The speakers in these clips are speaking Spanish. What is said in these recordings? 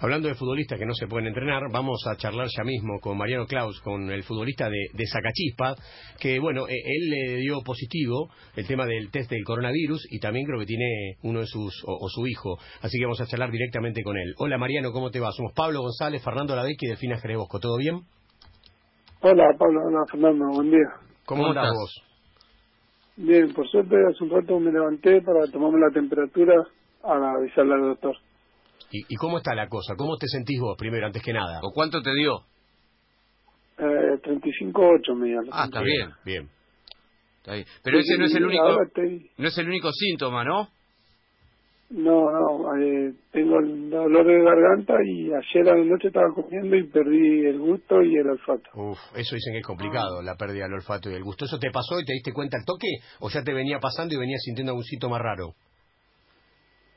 Hablando de futbolistas que no se pueden entrenar, vamos a charlar ya mismo con Mariano Klaus, con el futbolista de, de Zacachispa, que bueno, eh, él le dio positivo el tema del test del coronavirus y también creo que tiene uno de sus, o, o su hijo, así que vamos a charlar directamente con él. Hola Mariano, ¿cómo te va? Somos Pablo González, Fernando Lavecchi y Delfina Jerez Bosco, ¿todo bien? Hola Pablo, hola Fernando, buen día. ¿Cómo, ¿Cómo andás estás? vos? Bien, por suerte hace un rato me levanté para tomarme la temperatura a avisarle al doctor. ¿Y, y cómo está la cosa? ¿Cómo te sentís vos primero, antes que nada? ¿O cuánto te dio? Eh, 35.8 me dio. Ah, está bien. Bien. Está bien. Pero ese no es el Y único Ahora estoy... no es el único síntoma, ¿no? No, no, eh, tengo el dolor de garganta y ayer a la noche estaba comiendo y perdí el gusto y el olfato. Uf, eso dicen que es Ah. complicado, la pérdida del olfato y del gusto. ¿Eso te pasó y te diste cuenta al toque? ¿O ya te venía pasando y venías sintiendo algún síntoma raro?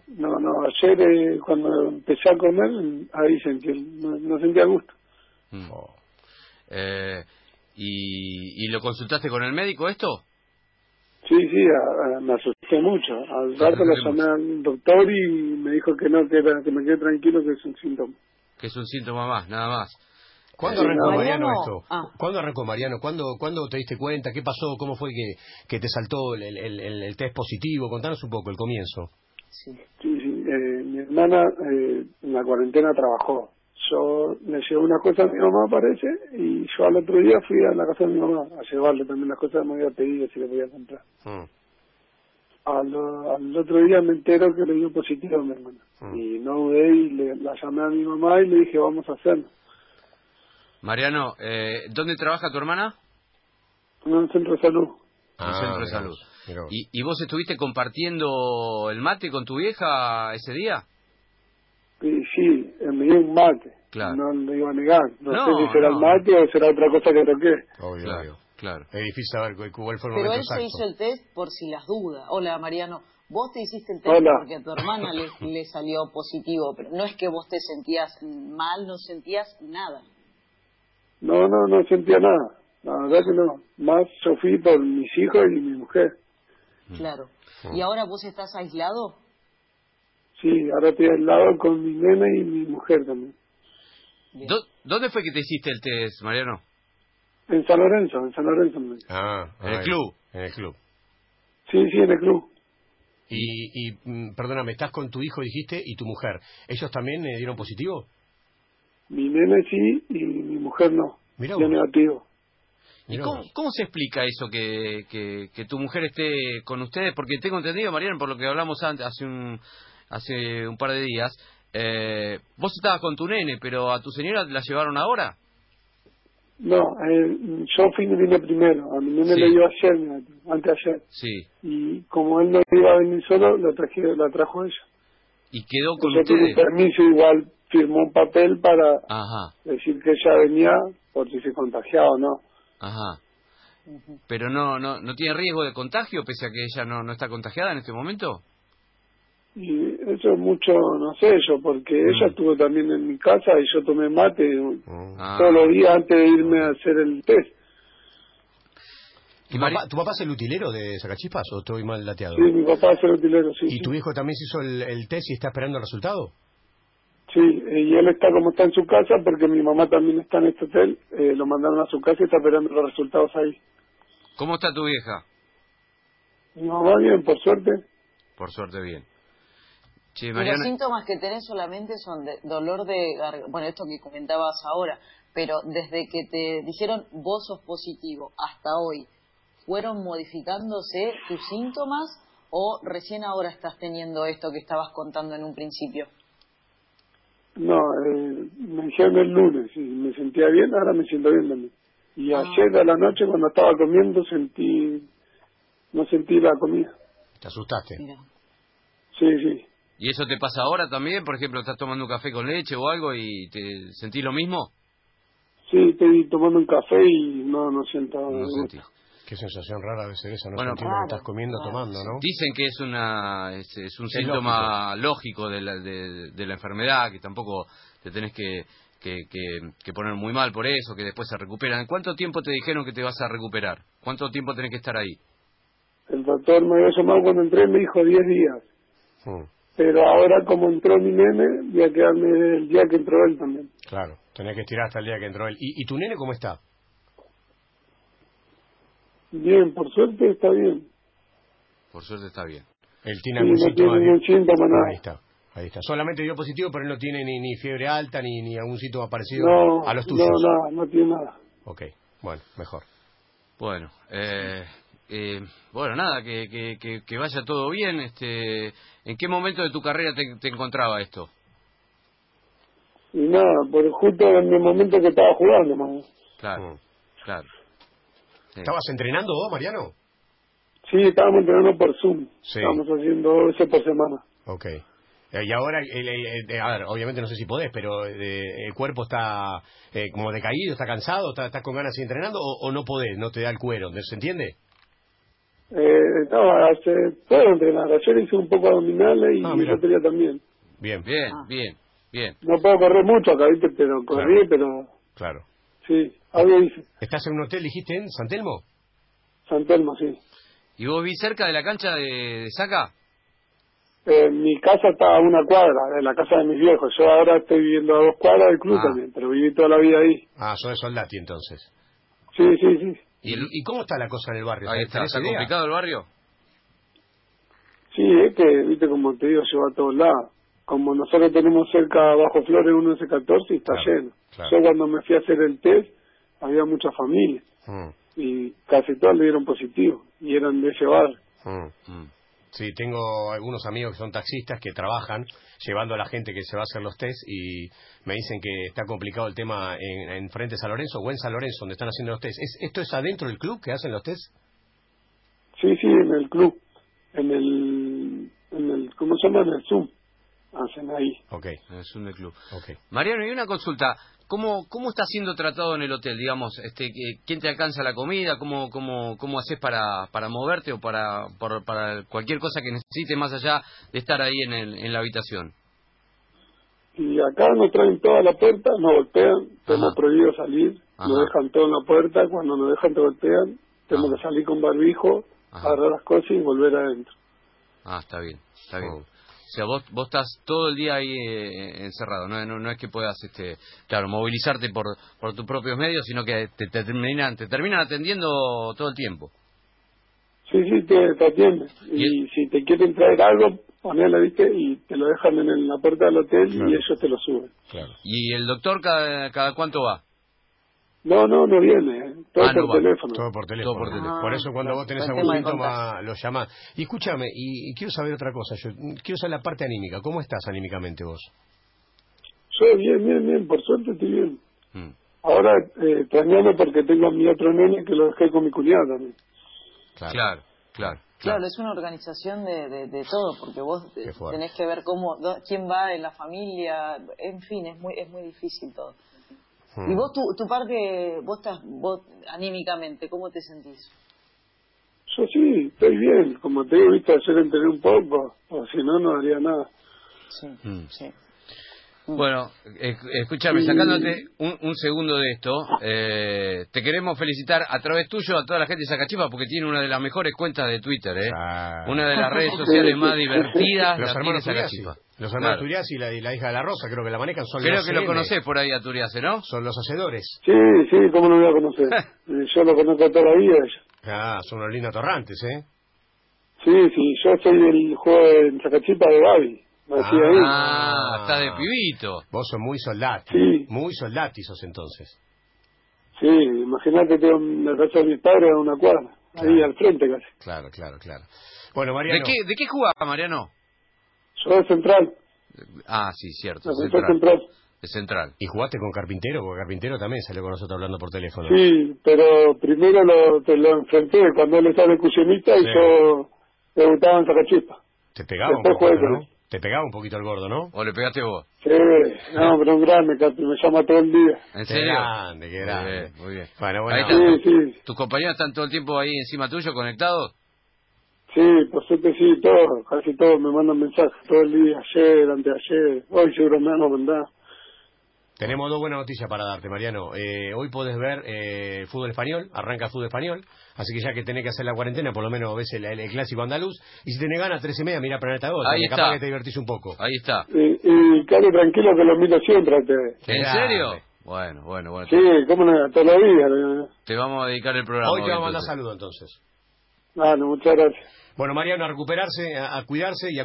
No, no, ayer eh, cuando empecé a comer, ahí sentí, el- no, no sentía gusto. Mm. Eh, y, ¿Y lo consultaste con el médico esto? Sí, sí, a- a- me asusté mucho. Al rato lo llamé al doctor y me dijo que no, que, era, que me quedé tranquilo, que es un síntoma. Que es un síntoma más, nada más. ¿Cuándo Eh, arrancó Mariano, Mariano- esto? Ah. ¿Cuándo arrancó Mariano? ¿Cuándo, ¿Cuándo te diste cuenta? ¿Qué pasó? ¿Cómo fue que, que te saltó el, el- el- el test positivo? Contanos un poco el comienzo. Sí. Sí, sí, eh, mi hermana eh, en la cuarentena trabajó. Yo le llevé unas cosas a mi mamá, parece, y yo al otro día fui a la casa de mi mamá a llevarle también las cosas que me había pedido, si le podía comprar. Mm. Al, al otro día me entero que le dio positivo a mi hermana. Mm. Y no dudé y le, la llamé a mi mamá y le dije, vamos a hacerlo. Mariano, eh, ¿dónde trabaja tu hermana? En un centro de salud. En el centro de salud. Ah, mirá vos. ¿Y, ¿Y vos estuviste compartiendo el mate con tu vieja ese día? Y sí, eh, me dio un mate. Claro. No lo iba a negar. No, No, sé si será no. el mate o será otra cosa que toqué. Obvio, Claro, obvio. claro. Es difícil saber cu- cuál fue el Pero momento él se exacto. hizo el test por si las dudas. Hola, Mariano. Vos te hiciste el test Hola. porque a tu hermana le, le salió positivo, pero no es que vos te sentías mal, no sentías nada. No, no, no sentía nada. La verdad que no. Más yo fui por mis hijos y mi mujer. Claro. ¿Y ahora vos estás aislado? Sí, ahora estoy al lado con mi nena y mi mujer también. Bien. ¿Dó- ¿Dónde fue que te hiciste el test, Mariano? En San Lorenzo, en San Lorenzo. me- Ah, En el ahí, club. En el club. Sí, sí, en el club. Y, y mm, perdóname, estás con tu hijo, dijiste, y tu mujer. ¿Ellos también eh, dieron positivo? Mi nena sí y mi mujer no. Mirá Dio vos. negativo. ¿Y Mirá cómo, vos. cómo se explica eso que, que, que tu mujer esté con ustedes? Porque tengo entendido, Mariano, por lo que hablamos antes, hace un, hace un par de días, eh, vos estabas con tu nene, pero a tu señora la llevaron ahora. No, eh, yo fui y vine primero. A mi nena Sí. le dio ayer, negativo, antes de ayer. Sí. Y como él no iba a venir solo, la, traje, la trajo ella. ¿Y quedó con Ella tuvo un ustedes? permiso igual, firmó un papel para Ajá, decir que ella venía por si se contagiaba o no. ajá. Pero no, no, no tiene riesgo de contagio, pese a que ella no, no está contagiada en este momento. Y eso es mucho, no sé yo, porque ella estuvo también en mi casa y yo tomé mate Mm. Ah. todos los días antes de irme a hacer el test. ¿Tu, Y Mari- papá, ¿Tu papá es el utilero de Sacachispas o estoy mal dateado? Sí, mi papá es el utilero, sí. Ah. ¿Y sí. tu hijo también se hizo el, el test y está esperando el resultado? Sí, eh, y él está como está en su casa porque mi mamá también está en este hotel, eh, lo mandaron a su casa y está esperando los resultados ahí. ¿Cómo está tu vieja? Mi mamá bien, por suerte. Por suerte, bien. Che, Y Mariano, los síntomas que tenés solamente son de- dolor de garganta, bueno, esto que comentabas ahora, pero desde que te dijeron vos sos positivo hasta hoy, ¿fueron modificándose tus síntomas o recién ahora estás teniendo esto que estabas contando en un principio? No, eh, me dijeron el lunes y me sentía bien, ahora me siento bien también. Y Ah. ayer a la noche cuando estaba comiendo sentí, no sentí la comida. Te asustaste. Mira. Sí, sí. ¿y eso te pasa ahora también? Por ejemplo, estás tomando un café con leche o algo y te sentís lo mismo? Sí, estoy tomando un café y no, no siento. No gusto. sentís. Qué sensación rara debe ser esa, no Bueno, sentir lo claro, que estás comiendo, claro, tomando, ¿no? Dicen que es una es, es un Es síntoma lógico, de, la, de, de la enfermedad, que tampoco te tenés que, que, que- que poner muy mal por eso, que después se recuperan. ¿Cuánto tiempo te dijeron que te vas a recuperar? ¿Cuánto tiempo tenés que estar ahí? El doctor me había llamado cuando entré y me dijo 10 días. Mm. Pero ahora, como entró mi nene, voy a quedarme el día que entró él también. Claro, tenés que estirar hasta el día que entró él. ¿Y, y tu nene cómo está? Bien, por suerte está bien. Por suerte está bien. Él tiene Sí, algún no síntoma. tiene de- ningún síntoma, no. Ahí está. Ahí está. Solamente dio positivo, pero él no tiene ni, ni fiebre alta ni, ni algún síntoma parecido No, a los no, tuyos. nada, no tiene nada. Ok, bueno, mejor. Bueno, eh, eh, bueno, nada, que, que, que, que vaya todo bien. Este, ¿En qué momento de tu carrera te, te encontraba esto? Y nada, por justo en el momento que estaba jugando, más. Claro, Mm. claro. Sí. ¿Estabas entrenando vos, Mariano? Sí, estábamos entrenando por Zoom. Sí. Estábamos haciendo eso por semana. Ok. Eh, Y ahora, el- el- el- eh, a ver, obviamente no sé si podés, pero eh, el cuerpo está eh, como decaído, está cansado, está- estás con ganas de seguir entrenando o, o no podés, no te da el cuero, ¿se entiende? Eh, estaba hace todo entrenar. Ayer hice un poco abdominales y Ah, el mira. otro día también. Bien, Bien, Ah. bien, bien. No puedo correr mucho acá, ¿viste? Pero corrí, pero claro. sí, algo hice. ¿Estás en un hotel, dijiste, en San Telmo? San Telmo, sí. ¿Y vos vi cerca de la cancha de, de Saca? Eh, mi casa está a una cuadra, de la casa de mis viejos. Yo ahora estoy viviendo a dos cuadras del club Ah. también, pero viví toda la vida ahí. Ah, sos de Soldati entonces. Sí, sí, sí. ¿Y, Y- y cómo está la cosa en el barrio? Ahí está, ¿Tenés ¿está idea? complicado el barrio? Sí, es que, viste, como te digo, lleva a todos lados. Como nosotros tenemos cerca Bajo Flores 1S14 y está Claro, lleno. claro. Yo cuando me fui a hacer el test, había muchas familias Mm, y casi todas le dieron positivo y eran de ese barrio. mm. Mm. Sí, tengo algunos amigos que son taxistas que trabajan llevando a la gente que se va a hacer los test y me dicen que está complicado el tema en, en frente a San Lorenzo o en San Lorenzo donde están haciendo los test. ¿Es, ¿Esto es adentro del club que hacen los test? Sí, sí, en el club, en el, en el ¿cómo se llama? En el Zoom. Hacen ahí. Ok, Es un de club. ok. Mariano, y una consulta. ¿Cómo, ¿Cómo está siendo tratado en el hotel? Digamos, este, que- ¿quién te alcanza la comida? ¿Cómo, cómo, cómo haces para, para moverte o para, por- para cualquier cosa que necesites más allá de estar ahí en, el- en la habitación? Y acá nos traen toda la puerta, nos golpean, tenemos Ajá. prohibido salir, nos Ajá. dejan todo en la puerta, cuando nos dejan te golpean, tenemos Ajá. que salir con barbijo, Ajá. agarrar las cosas y volver adentro. Ah, está bien, está bien. Mm. O sea, vos, vos estás todo el día ahí eh, encerrado, no, no, no es que puedas, este, claro, movilizarte por, por tus propios medios, sino que te, te terminan, te terminan atendiendo todo el tiempo. Sí, sí, te, te atienden. Y, Y- si te quieren traer algo, ponela, viste, y te lo dejan en el- la puerta del hotel Claro. y ellos te lo suben. Claro. ¿Y el doctor cada, cada cuánto va? No, no, no viene, eh, todo Ah, por no va. teléfono. Todo por teléfono. Todo por teléfono. Por eso cuando Ah, vos tenés con algún tema de síntoma contagio. lo llamás. Y escúchame, y, y quiero saber otra cosa. Yo mm, quiero saber la parte anímica. ¿Cómo estás anímicamente vos? Yo bien, bien, bien, por suerte estoy bien. Mm. Ahora eh, extrañame porque tengo a mi otro nene que lo dejé con mi cuñada también. Claro, claro. Claro, es una organización de, de, de todo, porque vos eh, Qué fuerte. tenés que ver cómo, do- quién va en la familia, en fin, es muy, es muy difícil todo. Mm. Y vos, tu, tu parte, vos estás, vos, anímicamente, ¿cómo te sentís? Yo sí, estoy bien. Como te digo, viste, ayer entrené un poco, o si no, no haría nada. Sí, Mm. sí. Bueno, es- escúchame, Y- sacándote un, un segundo de esto, eh, te queremos felicitar a través tuyo a toda la gente de Sacachipa porque tiene una de las mejores cuentas de Twitter, ¿eh? Ah. Una de las redes sociales más divertidas Los la tiene hermanos Turiasi. Sacachipa. Los hermanos Claro. Turiasi y la, y la hija de la Rosa, creo que la manejan, son Creo los que lo CM, conocés por ahí a Turiase, ¿no? Son los hacedores. Sí, sí, ¿cómo no lo voy a conocer? Eh, yo lo conozco toda la vida. yo. Ah, son unos lindos torrantes, ¿eh? Sí, sí, yo soy del juego en Zacachipa de Gaby. Nací Ah. ahí. Ah, está de pibito. Vos sos muy soldati. Sí. Muy soldati sos entonces. Sí, imagínate, tengo la casa de mis padres a una cuadra, ahí Claro. al frente casi. Claro, claro, claro. Bueno, ¿De Mariano. qué, de qué jugaba, Mariano? Yo de central, Ah, sí, cierto, la central central. Ah. central. De central. ¿Y jugaste con Carpintero? Porque Carpintero también salió con nosotros hablando por teléfono. Sí, pero primero lo, te lo enfrenté cuando él estaba de cusionista y Sí. yo debutaba en Zacachipa. Te pegaba un Después poquito, jugué con ¿no? Te pegaba un poquito el gordo, ¿no? ¿O le pegaste vos? Sí, no, pero un grande, Capi, me llama todo el día. ¿En Qué serio? grande, qué grande. Muy bien, muy bien. Bueno, Ahí bueno. está. Sí, sí, ¿Tus compañeros están todo el tiempo ahí encima tuyo, conectados? sí, por suerte sí, todos, casi todos me mandan mensajes todo el día, ayer, anteayer, hoy seguro me van a mandar. Tenemos dos buenas noticias para darte, Mariano. Eh, hoy podés ver eh, fútbol español, arranca fútbol español, así que ya que tenés que hacer la cuarentena, por lo menos ves el, el- el clásico andaluz. Y si tenés ganas, 13 y media, mira Planeta 2. Ahí porque está. Capaz que te divertís un poco. Ahí está. Y, y Cali, tranquilo que lo miro siempre a ustedes. Qué ¿En grande. serio? Bueno, bueno, bueno. Sí, Te, cómo no, todos los días. te vamos a dedicar el programa. Hoy te hoy, vamos a mandar entonces. saludo entonces. Bueno, muchas gracias. Bueno, Mariano, a recuperarse, a, a cuidarse y a